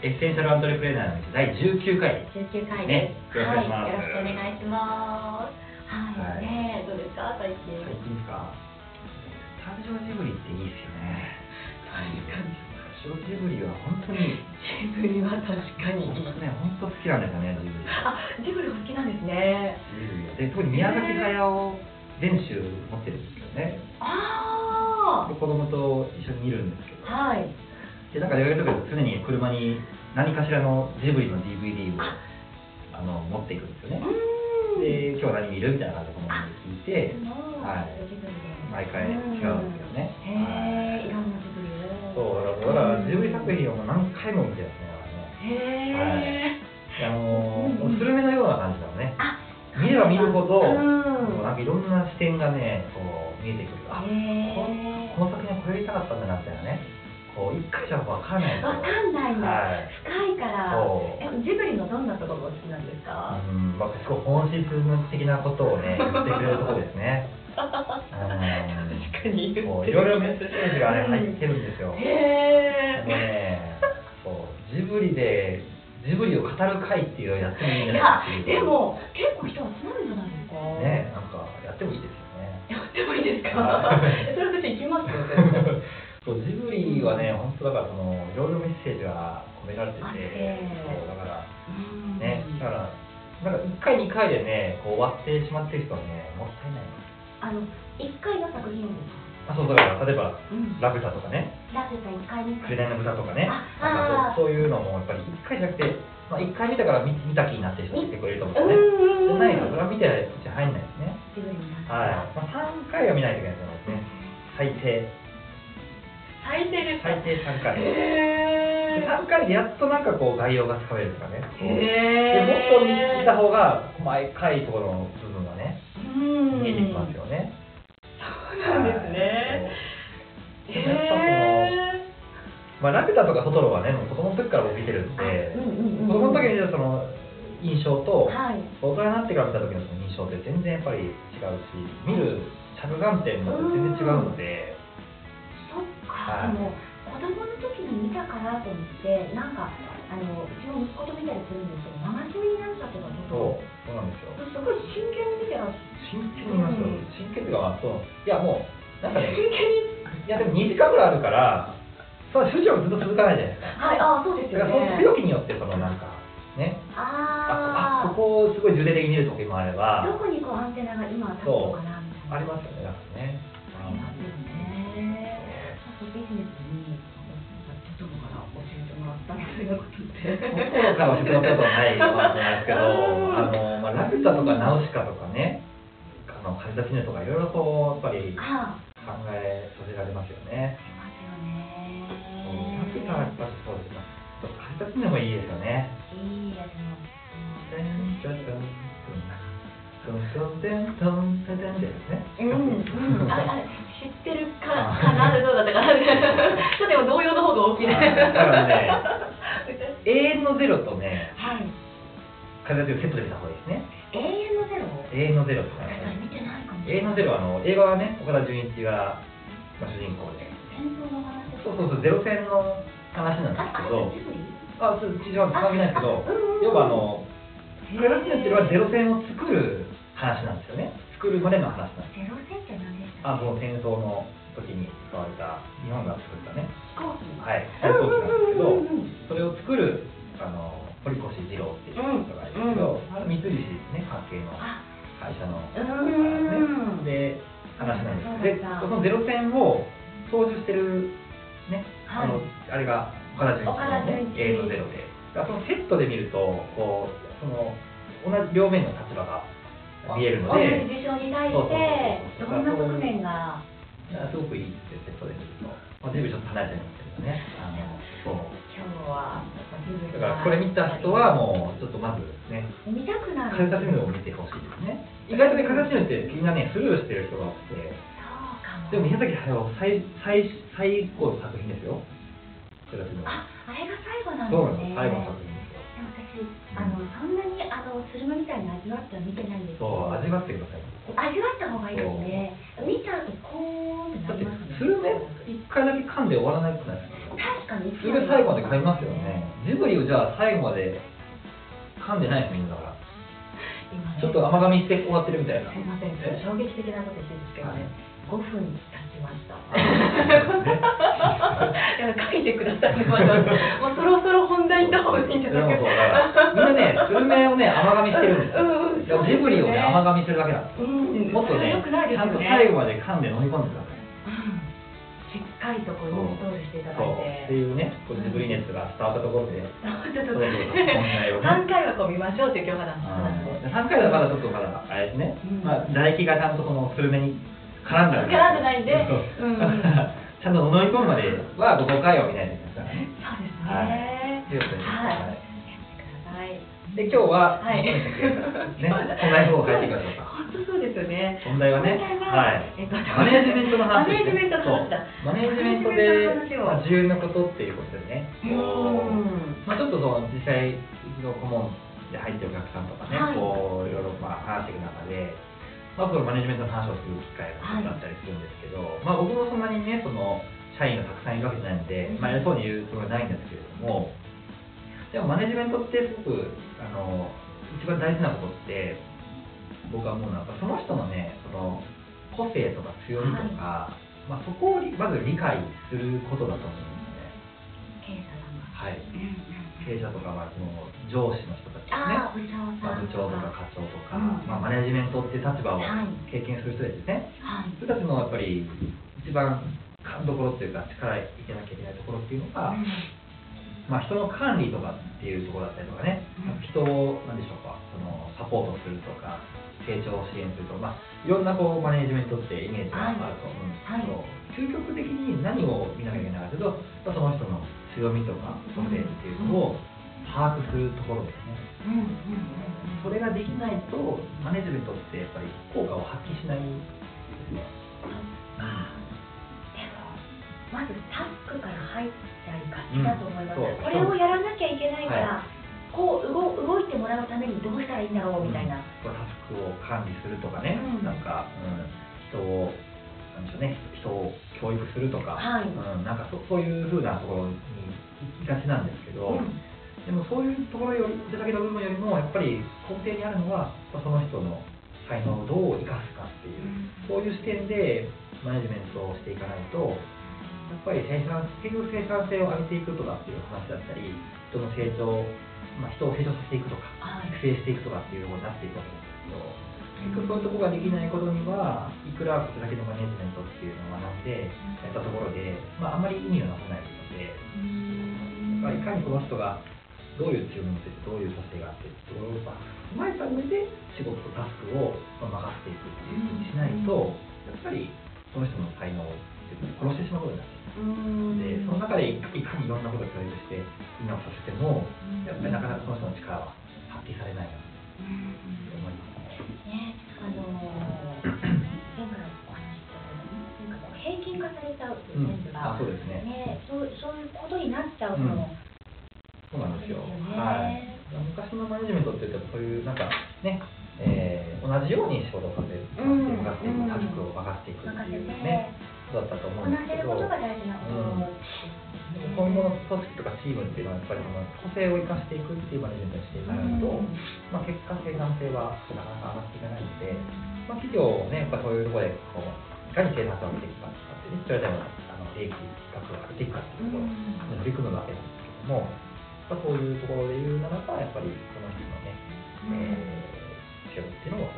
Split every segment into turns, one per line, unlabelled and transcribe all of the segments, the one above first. エッセンシャルアントレプレーナーの第19回
十九回
ね
です。
よろしくお願いしますはい
はい、よろしくお願いします。はい、ねえ、どうですか、最近。
最近ですかスタジオジブリっていいですよねスタジオジブリは本当に
ジブリは確かに。
僕ね本当好きなんですよねジブリ
あ、ジブリお好きなんですね。
で特に宮崎駿全集持ってるんですけどね
あ
で子供と一緒に見るんですけ
あ。はい。
どでなんか出かけた時常に車に何かしらのジブリの DVD をあの持っていくんですよね
う
で
ーん。
今日何見るみたいな感じで子供に聞いて
すごい
はい
ジブリで
毎回違うんですよね
へえ、いろんなジブリを。
そうだからだからジブリ作品をもう何回も見てますねだからねで
へえ。
あのーおす
うん
すめのような感じだよね
あ
見れば見るほど、
うん
もうなんかいろんな視点がねこう見えてくるあ
へ
ここの
え。
作品はこれやりたかったんだなみたいなねこう一回じゃ分かんないん
わか
ですよ
んないの。
はい
深いから。
そう
えジブリのどんなところがお好きなんですか、
うんまあ、すごい本質的なことをね言ってくれるとこです ねうん
確かに
こういろいろメッセージがね入ってるんですよあ
へ
のねそうジブリでジブリを語る会っていうのをやってもいいん
え
じゃ
いや
ないかっていう
でも結構人集まるんじゃないですか
ねなんかやってもいいですよね
やってもいいです
は
か
い
それ私行きますよ
そうジブリはね、本当だからそのいろいろメッセージが込められてて、
あって
そうだから
うん
ね、だからなんか一回二回でね、こう終わってしまってる人はね、もったいない。
あの一回の作品
あ、そうだから例えば
うん
ラピュタとかね、
ラピュタ一回見
紅の豚とかね、
あ
なん
あー
かそうそういうのもやっぱり一回じゃなくて、まあ一回見たから見見た気になってる人が結構いると思
うん
うんですよね。
うんう
でない
ん
とそれは見てないと入んないですね。
ジブリにな
はい。まあ三回は見ないといけないと思いますね。最低
最低ですか
最低三回。
へ
で
え
3回でやっとなんかこう概要がつかめるとかねで
へ
もっと見た
が
方が細かいところの部分がね見えてきますよね、
そうなんで
はい
すね
でもやっぱその
へえ
まあ、ラピュタとかトトロはねもう子供の時から僕見てるんで、
うんうんうん
子供の時に見たその印象と、
はい
大人になってから見た時のその印象って全然やっぱり違うし見る着眼点も全然違うので、
そっか、
はい
でも子供の時に見たからと思ってなんかあのうちの息子と見たりするんですけど流し見になっちゃってた
そう
こ
そうなんですよ
とすごい真剣に見てらっしゃ
真剣に見ますよ
うん
真剣っていうかまあそういやもうなんかね
真剣に
いやでも2時間ぐらいあるから、その主張ずっと続かないじゃないですか。
はいああそうです
だか
よ
ら
ね
その強きによってそのなんかね、あ
あ
あここをすごい重点的に見るとこもあれ
あど
ば、
こにこうアンテナが今立つのかなみ
あ
たいな
りますよね。だからね。
ありますよねあとビジネスにちょっとから教えてもらったみたいなことって
心から教えてもらったことはないかもしれないですけど、
うん
あのまあラピュタとかナウシカとかね、あの風立ちぬとかいろいろこうやっぱり考
ああ
えさせられますよね。
あり
ラ
ますよね
ピュタはやっぱりそうですね。風立ちぬもいいですよね。
いいやつもうん、うん、あ、あ知ってるか、かなでどうだったかな。ちょっとでも動揺の方が大きいね。
だからね
はい。
永遠のゼロとね風立ちをセットで見た方がいいですね
永遠のゼ
永遠のゼロ
ロ。
と
確かに見てないかも。
永遠のゼロはあの映画はね岡田准一が、まあ、主人公で
戦争の話。
そうそうそうゼロ戦の話なんです
あ、あ
け
れ
ど
ジブリ
あそう違う関係ないですけど要はあ、の風立ちぬっていうのはゼロ戦を作る話なんですよね作るまでの話なんです
ゼロ戦って何でし
あ
た
の戦争の時に使われた日本が作ったね
飛行機。
はい戦闘
うん
機なんですけど、
うんうんうん
それを作るあの堀越二郎っていう人がいるんですけど、あの三菱ですね関係の
あ、
会社の、
うん
で話なんですけどで
そ
そ
うなんだ
のゼロ戦を操縦してるね、
はい
あのあれが岡田准一
岡田
のね
准一
映像ゼロでだからそのセットで見るとこうその同じ両面の立場が見えるの
同
で
じ事象に対し
そうそう
て、
そうそう
どんな側面が。
すごくいいですねセットで見ると、まあ、全部ちょっと離れちゃいますけどねあのそう
今日は。ジブリ
だ
が
からこれ見た人。はもうちょっとまずね
見たくなる。
風立ちぬを見てほしいですね意外とね風立ちぬってみんなねスルーしてる人が多くて
そうか
でも
も。
宮崎駿最最最後の作品ですよ風立ちぬは
あ、あれが最後なん
そ
で
うなんです
すね。
最後の作品ですよ
でも私、あの、そんなに、あの、スルメみたいな味わっては見てないんですけ
そう
ど。
味わってください
味わった方がいいですね。見ちゃうと、こうって
だっ
なり
て
ますね。
スルメ一回だけ噛んで終わらないくないですか
確かに
それ最後まで噛みますよねジブリをじゃあ最後まで噛んでないですね今だから
今ね
ちょっと甘噛みして終わってるみたいな
すいませんちょっと衝撃的なこと言ってるんですけどね、5分経ちましたいや書いてくださいねまだもうそろそろ本題行った方がいいんじゃない
そうだからみんなねスルメをね甘噛みしてるんですよ
うんうん
いやジブリをね
そうですね
甘噛みしてるだけなんです
うん
もっとね
よくないで
ち
す
ゃん
よ
と
ね
最後まで噛んで飲み込んでください
うんしっかりとこうインストールしていただ
そう
い
って
て
いうねこうジブリ熱が伝わったところで
ちょっと
そうそうそう本題をね
3回はこう見ましょうっていう今日話話です
3回はまだちょっとまだあれですね、
うん
まあ、唾液がちゃんとそのスルメに絡んだ
絡んでないんで
そう
うん
だからちゃんと飲み込むまでは5回は見ないでくださいね
そうです
はい
ね
ということで
は
はい
はい
で今日は、
はい。
ね本題の方入っていきましょうか
本当そうですよね。
本題はね
本題は
はい
えっと
マネージメントの話ですね
マネージメントの話だ
そうマネージメントでま
マ
あ
ネージメントの話を
重要なことっていうことでね
うん
まあ、ちょっとその実際の顧問で入ってるお客さんとかね、
はい
こういろいろまあ話していく中で、まあ、そのマネジメントの話をする機会があったりするんですけど、まあ、僕もそんなにねその社員がたくさんいるわけじゃないんで、まあ、偉そうに言うつもりはないんですけれどもでもマネジメントってすごくあの一番大事なことって僕はもうなんかその人のねその個性とか強みとか、まあ、そこをまず理解することだと思うんです
経営者さ
よね。
んが。
はい
うんうん
経営者とかはその上司の人たちです
ああ
ね、
部長
まあ、
さん。
部長とか。課長とか、
うん
まあ、マネジメントっていう立場を
はい
経験する人たちですね、
はい。
それたちのやっぱり一番勘どころっていうか力いけなきゃいけないところっていうのが、まあ、人の管理とかっていうところだったりとかね、
うん
人を何でしょうかそのサポートするとか成長を支援するとか、まあ、いろんなこうマネジメントってイメージがあると思うんですけど、究極的に何を見なきゃいけないかというと、まあ、その人の強みとか個性っていうのを把握するところですね。
うんうんうん
それができないとマネジメントってやっぱり効果を発揮しないですね。
でもまずタスクから入っちゃいがちだと思います。
うんそう
これをやらなきゃいけないから。
は
こう動動いてもらうためにどうしたらいいんだろうみたいな、
タスクを管理するとかね、
うん
なんか、うん、人をなんでしょうね人を教育するとか、
はい
うん、なんかそそういう風なところに行きがちなんですけど、
うん
でもそういうところより出かけた部分よりもやっぱり根底にあるのはまあその人の才能をどう生かすかっていう、そういう視点でマネジメントをしていかないとやっぱり生産結局生産性を上げていくとかっていう話だったり人の成長、まあ、人を成長させていくとか。
はい
育成していくとかっていうことになっていくわけですけど結局そういうところができないことにはいくらこれだけのマネジメントっていうのを学んでやったところで、まあ、あんまり意味がなさないので、まあ、いかにこの人がどういう強みを持っててどういう個性があってっていうところを踏まえた上で仕事とタスクをまあ任せていくっていうふうにしないとやっぱりその人の才能を殺してしまうことになってし
う
まうんのでその中でいかいかにいろんなことを共有してみんなをさせてもやっぱりなかなかその人の力は発揮されないな
うん
思いますね。
ね、あのー、前回お話ししたように、なんかこう平均化されちゃうっていうセンス
あ
が、、
そうですね。
ね、そうそういうことになっちゃうのも、
そうなんですよ。
そうですよね
はい。昔のマネジメントって言ってもそういうなんかね、えー、同じように仕事をさせる、
うん
任せていく、タスクを任せていくってい
任せ
う
て、
ね、そうだったと思う
こ
んで
な
す
せ
け
る
ど
こ、とが大事なこと
うん
ですね
今後の組織とかチームっていうのはやっぱりその個性を生かしていくっていうマネジメントをしていかないと、
うん
まあ結果生産性はなかなか上がっていかないので、まあ企業をねやっぱそういうところでこういかに生産性を上げていくかとかってね、それでもあの利益額を上げていくかっていうところ。取り組むわけなんですけども、まあ、そういうところで言うならばやっぱりこの人のね、えー、強みっていうのを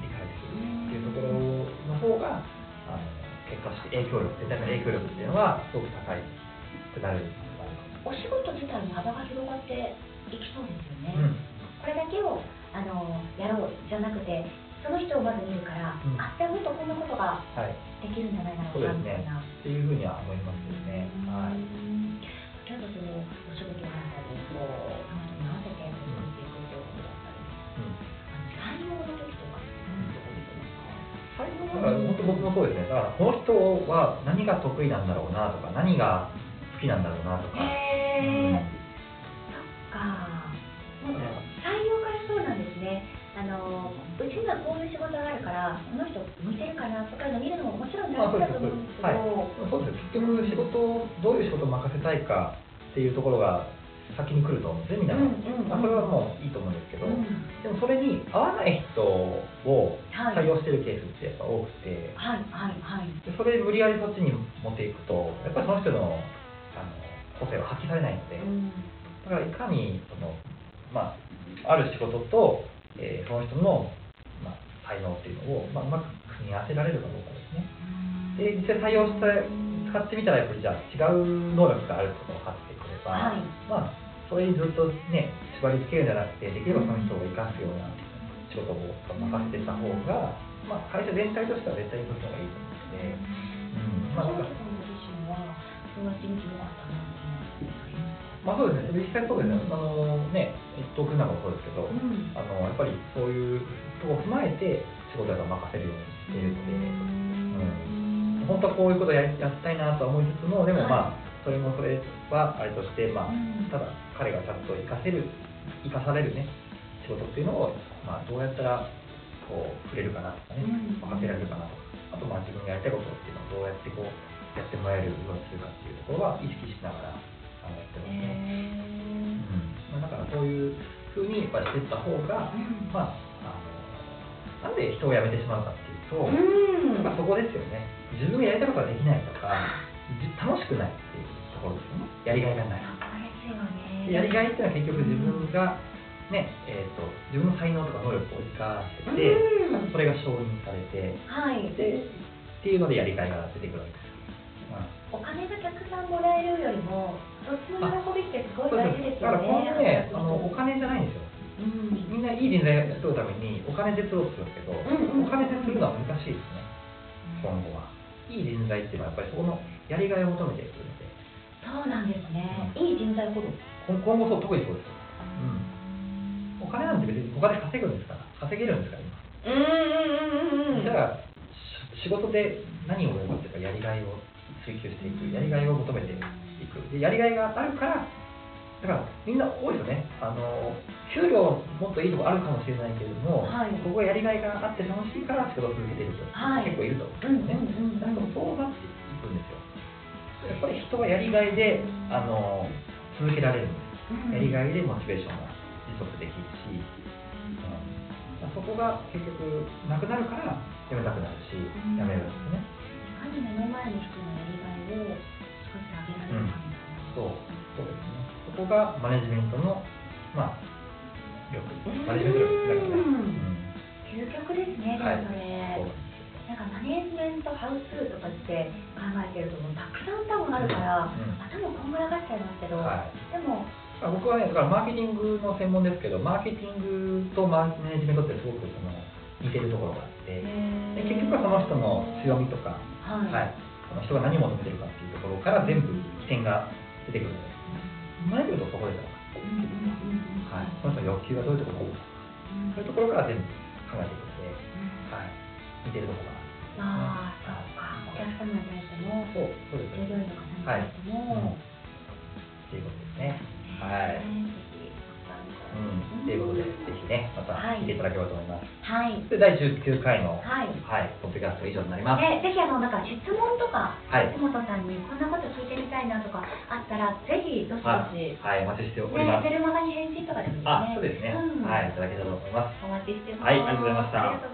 理解するっていうところの方があの結果して影響力全体の影響力っていうのはすごく高いくなるんじゃないか
お仕事自体の幅が広がっていきそうですよね。
なうん
これだけをあのーやろうじゃなくて、その人をまず見るから、
うん
あ、じゃあもっとこんなこと
は
が
い、
できるんじゃないだ
そ
ろ
う
う
です
かみたい
ね
な。
っていうふうには思いますよね、はい
例えばそのお仕事だったり、こう、たまに合わせてやっていくっていうことだった
うん
り、あの採用の時とかってど
才能
ういうとこ見てますか
だから本当僕もそうですねだからこの人は何が得意なんだろうなとか何が好きなんだろうなとか、
へ
うん
ー、そっか。なんだろう採用からそうなんですね。あのうちにはこういう仕事があるからこの人向いてるかなとかいうの見るのももちろん大事だと思うんですけど、
あそうです結局仕事をどういう仕事を任せたいかっていうところが先に来ると思うんですねみんなが、
うん
まあ、それはも
うん
ういいと思うんですけど、
うん
でもそれに合わない人を
はい
採用してるケースってやっぱ多くて、
はいはいはい
でそれ無理やりそっちに持っていくとやっぱりその人のあの個性は発揮されないので、
うん
だからいかにその、まあ、ある仕事と、えーその人の、まあ、才能っていうのを、まあ、うまく組み合わせられるかどうかですね。で実際採用して使ってみたらやっぱりじゃあ違う能力があるってことが分かってくれば、
はい
まあそれにずっとね縛り付けるんじゃなくてできればその人を生かすような仕事を任せてた方が、まあ、会社全体としては絶対にそっちの方がいいと思うので、うんまあ、だからまあそうですね、実際そうですね、あのね、一等君なんかもそうですけど、あのやっぱりそういうとこを踏まえて仕事が任せるようにしてるので、うん、本当はこういうことややったいなとは思いつつも、でもまあ、それもそれはあれとして、まあ、ただ彼がちゃんと活かせる、活かされるね、仕事っていうのを、まあ、どうやったらこう触れるかなとかね、
う
任
ん
せられるかなとか、あとまあ自分がやりたいことっていうのをどうやってこうやってもらえるようにするかっていうところは意識しながらあのやってますね。うんまあ、だからそういうふうにやっぱりしていった方が、まあ、あのなんで人を辞めてしまうかっていうと、まあ、そこですよね自分がやりたいことができないとかじ楽しくないっていうところですよねやりがいがないやりがいっていうのは結局自分が、ねえー、と自分の才能とか能力を生かせて、
うん
それが承認されて
はい
でっていうのでやりがいが出てくるわけですよ、うん
お金がたくさんもらえるよりも、そっちの喜びってすご
そ
い
う
大
です
事です
だから
よ
こんなね
ね。
あのお金じゃないんですよ
うん
みんないい人材を作るためにお金で作ろうとするんですけど、
うんうん
お金で作るのは難しいですね、今後は。いい人材っていうのはやっぱりそこのやりがいを求めてくるので、
そうなんですね。いい人材ほど。
こ今後そう特にそうですよ。お金なんて別にお金稼ぐんですから、稼げるんですから今。
うんうんうんうんうん。
じゃあし仕事で何をやるかっていうかやりがいを追求していく、やりがいを求めていく。でやりがいがあるからだからみんな多いですよね、あの給料もっといいとこあるかもしれないけれども、
はい
ここがやりがいがあって楽しいから仕事を続けている人、
はい
結構いると思うんです
う
ね。
んうんうん
だからそうなっていくんですよ。やっぱり人はやりがいであの続けられるんです。やりがいでモチベーションが持続できるし、うん、そこが結局なくなるからやめたくなるし、
ん
やめるんですね。
いかに目の前の人のやりがいを作ってあげられるかみたいな。
そう、そうですね。そこがマネジメントのまあ力、マネジメント力だから。う
う
んん
究極ですね。
はい
でもそれ
そうなんですよ
なんかマネージメントハウスとかって考えてるともうたくさん多分あるから、
うん
頭こんがらがっちゃいますけど、
は
でも
あ僕はね、だからマーケティングの専門ですけど、マーケティングとマネジメントってすごくその似てるところがあって、で結局はその人の強みとか、
はい、
はい、その人が何を求めてるかっていうところから全部起点が出てくるので、マネジメントはそこですよ、
うんうんうんうん
はい、その人の欲求がどういうところか、そういうところから全部考えていくので、はい、似てるところが
あ
あ
あそうかお客様に対しても
る。そう、そうです
従
ね。
業員の方に対し
う
て
んっ
も、
ていうことですね。はい
ねぜひご覧
う
く
ん、っていうことで、ぜひね、また聞いていただければと思います。
ださいはい
で第19回の、
はい
ポッドキャスト以上になります。
でぜひあのなんか質問と
は
か、
い
本さんにこんなこと聞いてみたいなとかあったらぜひどしどし、
はい、お待ちしており
ね
ます
メ。ルマガに返信とかでもいいですね
あ、そうですね。
うん
はい、いただけたらと思います。
お待ちしてます。
はいありがとうございました
ありがとうございました